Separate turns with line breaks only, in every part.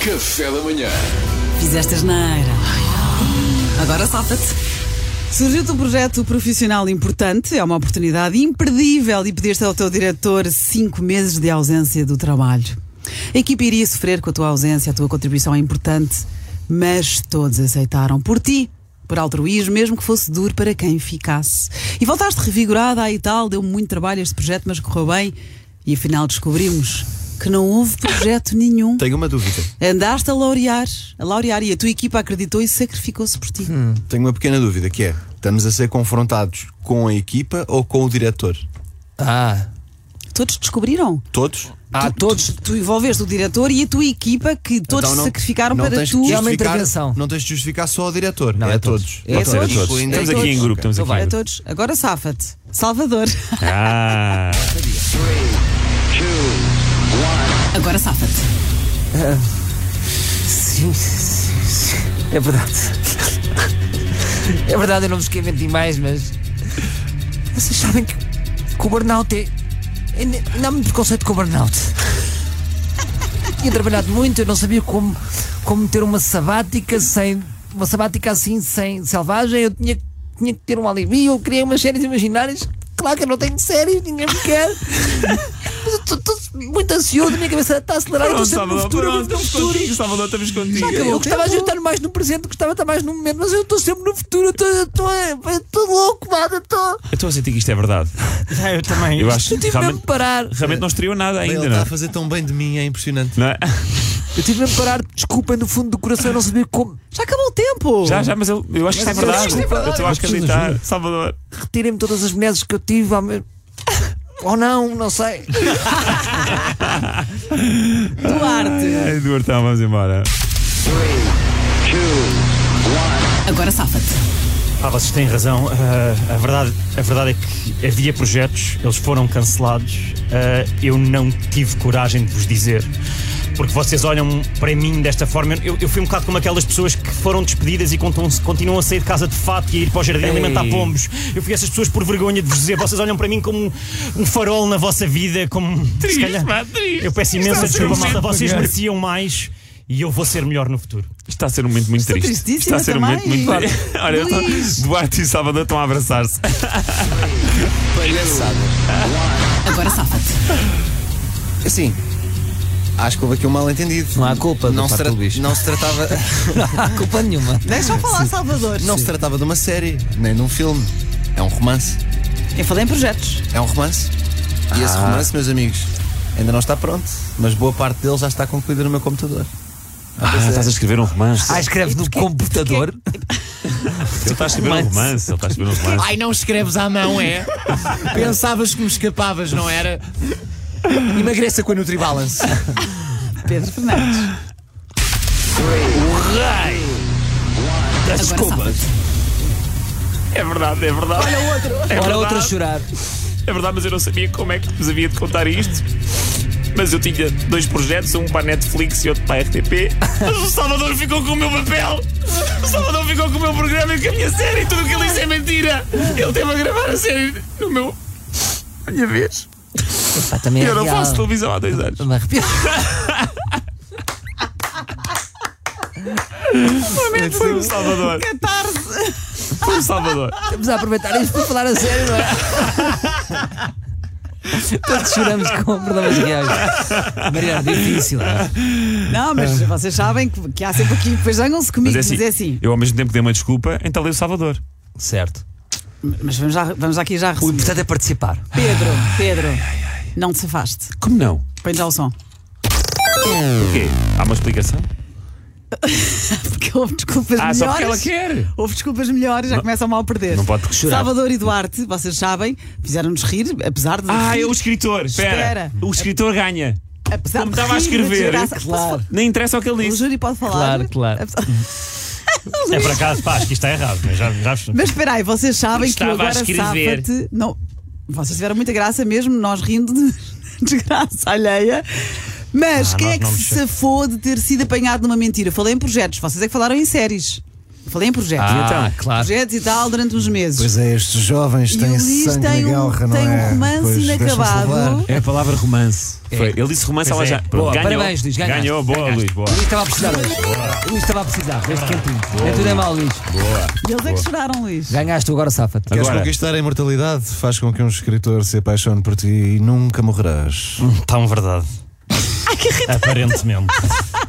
Café da manhã.
Fizeste asneira. Agora safa-te. Surgiu-te um projeto profissional importante, é uma oportunidade imperdível e pediste ao teu diretor cinco meses de ausência do trabalho. A equipe iria sofrer com a tua ausência, a tua contribuição é importante, mas todos aceitaram por ti, por altruísmo, mesmo que fosse duro para quem ficasse. E voltaste revigorada aí e tal, deu muito trabalho este projeto, mas correu bem e afinal descobrimos que não houve projeto nenhum.
Tenho uma dúvida.
Andaste a laurear, a laurear e a tua equipa acreditou e sacrificou-se por ti.
Tenho uma pequena dúvida que é: estamos a ser confrontados com a equipa ou com o diretor?
Ah,
Todos descobriram.
Todos?
ah todos.
Tu envolveste o diretor e a tua equipa que todos
Então
se
não-
sacrificaram
não
para
tens
tu.
que
É uma
justificar-
intervenção.
Não tens de justificar só ao diretor.
Não,
é,
é
a
todos.
todos.
É a todos.
Incluindo-
Estamos aqui em grupo, estamos
Então
aqui
É
em
a
grupo.
todos. Agora safa-te. Salvador.
Ah,
Agora safa-te.
Sim, sim, sim. é verdade. É verdade, eu não vos quero mentir mais, mas. Vocês sabem que, que o burnout é. Ainda ainda há muito preconceito com o burnout. Tinha trabalhado muito, eu não sabia como, como ter uma sabática sem. Uma sabática assim, sem selvagem, eu tinha, tinha que ter um alívio. Eu criei umas séries imaginárias. Claro que eu não tenho séries, ninguém me quer. Mas eu estou- estou muito ansioso, a minha cabeça está acelerada, eu
pronto,
estou sempre no
Salvador,
futuro,
pronto,
eu estou no
estamos
futuro.
contigo, Salvador, estamos contigo.
Eu gostava de estar mais no presente, gostava de estar mais no momento, mas eu estou sempre no futuro, eu estou- eu estou eu estou louco, mano, eu estou.
Eu estou a sentir que isto é verdade.
Eu também.
Eu
Eu
acho que
tive mesmo
realmente,
de parar.
realmente não estreou nada
Ele
ainda,
está
não
a
é?
fazer tão bem de mim, é impressionante.
Não é?
Eu tive mesmo de parar, desculpem do fundo do coração, eu não sabia como.
Já acabou o tempo.
Já, já, mas eu, eu acho que
Mas
isto é verdade.
isto é verdade.
Eu estou a acreditar.
um
Salvador.
Retirem-me todas as mulheres que eu tive ao mesmo. Ou não, não sei.
Duarte.
Ai, Eduardo, então, vamos embora.
Agora safa-te.
Ah, vocês têm razão. Ah, a, verdade, a verdade é que havia projetos, eles foram cancelados. Ah, eu não tive coragem de vos dizer. Porque vocês olham para mim desta forma. Eu, eu fui um bocado como aquelas pessoas que foram despedidas e contam- continuam a sair de casa de fato e a ir para o jardim alimentar pombos. Eu fui essas pessoas por vergonha de vos dizer. Vocês olham para mim como um, um farol na vossa vida, como. se calhar- eu peço imensa desculpa, malta. Vocês mereciam mais e eu vou ser melhor no futuro.
Está a ser um momento muito
Estou
triste.
tristíssima
Está a ser um
também.
momento muito triste. Olha, eu
Luís.
estou- Duarte e Salvador estão a abraçar-se.
Agora safa-te.
Assim, acho que houve aqui um mal-entendido.
Não há culpa do
Não, se,
Pato
tra-
Luís.
não se tratava,
Não há culpa nenhuma.
Deixa eu falar, Salvador.
não se tratava de uma série, nem de um filme. É um romance.
Eu falei em projetos.
É um romance. E esse
Ah.
romance, meus amigos, ainda não está pronto, mas boa parte dele já está concluída no meu computador.
Ah, estás a escrever um romance.
Ah, escreves no computador.
Ele está a escrever um romance. Ele está a escrever um romance.
Ai, não escreves à mão, é? Pensavas que me escapavas, não era? Emagreça com a Nutribalance.
Pedro Fernandes. Agora safa-te.
É verdade, é verdade. Olha outro. É
Ora
verdade.
outra a chorar.
É verdade, mas eu não sabia como é que vos havia de contar isto. Mas eu tinha dois projetos, um para a Netflix e outro para a RTP. Mas o Salvador ficou com o meu papel. O Salvador ficou com o meu programa e com a minha série. Tudo o que ele disse é mentira. Ele teve a gravar a série no meu. a minha vez.
Pá, também é
Eu não
real.
faço televisão há dois anos.
Me arrepio.
Foi o Salvador. Foi o Salvador.
Vamos aproveitar isto para falar a sério, não é? Todos choramos com problemas reais. é Mariana, difícil. não é?
Não, mas vocês sabem que, que há sempre aqui. Depois jangam-se comigo, mas é assim.
eu ao mesmo tempo dei uma desculpa, então leio o Salvador.
Certo.
Mas vamos, já, vamos aqui já
O
resumir.
importante é participar.
Pedro, Pedro, não te safaste.
Como não?
Põe já o som.
Porquê? Há uma explicação?
Porque houve desculpas
Ah,
melhores.
só porque ela quer.
Houve desculpas melhores, já começam mal a perder.
Não pode chorar.
Salvador e Duarte, vocês sabem, fizeram-nos rir, apesar de.
Ah,
rir,
é o escritor. Espera.
Espera.
O escritor ganha.
apesar
como
de
estava a
rir da
escrever,
desgraça.
Claro.
Nem interessa o que ele
O
disse.
júri pode falar.
Claro, claro.
Apesar-
É por acaso, pá, acho que isto está errado. mas já, já vos-
Mas espera aí, vocês sabem que eu
Estava a
agora
escrever.
safa-te. Não, vocês tiveram muita graça mesmo, nós rindo de desgraça alheia. Mas
Ah,
quem
nós
é que
não
se
nos-
safou de ter sido apanhado numa mentira? Falei em projetos, vocês é que falaram em séries. Falei em projetos.
Então,
Ah, claro.
Projetos e tal durante uns meses.
Pois é, estes jovens
E
têm
o Luís
sangue
tem
na
um-
guerra, não
tem um
é?
romance
Pois, deixam-se
inacabado.
levar.
É a palavra romance. Foi. Ele disse romance,
Pois
ela já.
é.
Pronto,
Boa,
ganhou.
parabéns, Luís, ganhaste.
Ganhou, boa,
Ganhaste.
Luís, boa.
Luís estava a precisar hoje. Luís estava a precisar deste cantinho. É tudo é mal, Luís.
E eles é que choraram, Luís.
Ganhaste tu agora, safa-te.
Queres
Agora.
conquistar a imortalidade? Faz com que um escritor se apaixone por ti e nunca morrerás.
Tão verdade. Aparentemente.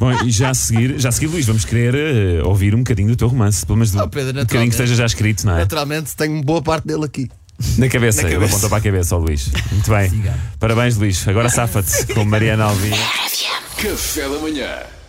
Bom, e já a seguir, já a seguir, Luís, vamos querer eh, ouvir um bocadinho do teu romance, pelo menos do,
Oh, Pedro,
um bocadinho que
naturalmente.
esteja já escrito, não é?
Naturalmente, tenho boa parte dele aqui.
Na cabeça,
Na
ele
cabeça.
apontou para a cabeça ao Luís. Muito bem. Parabéns, Luís. Agora safa-te com Mariana Alvim.
Café da manhã.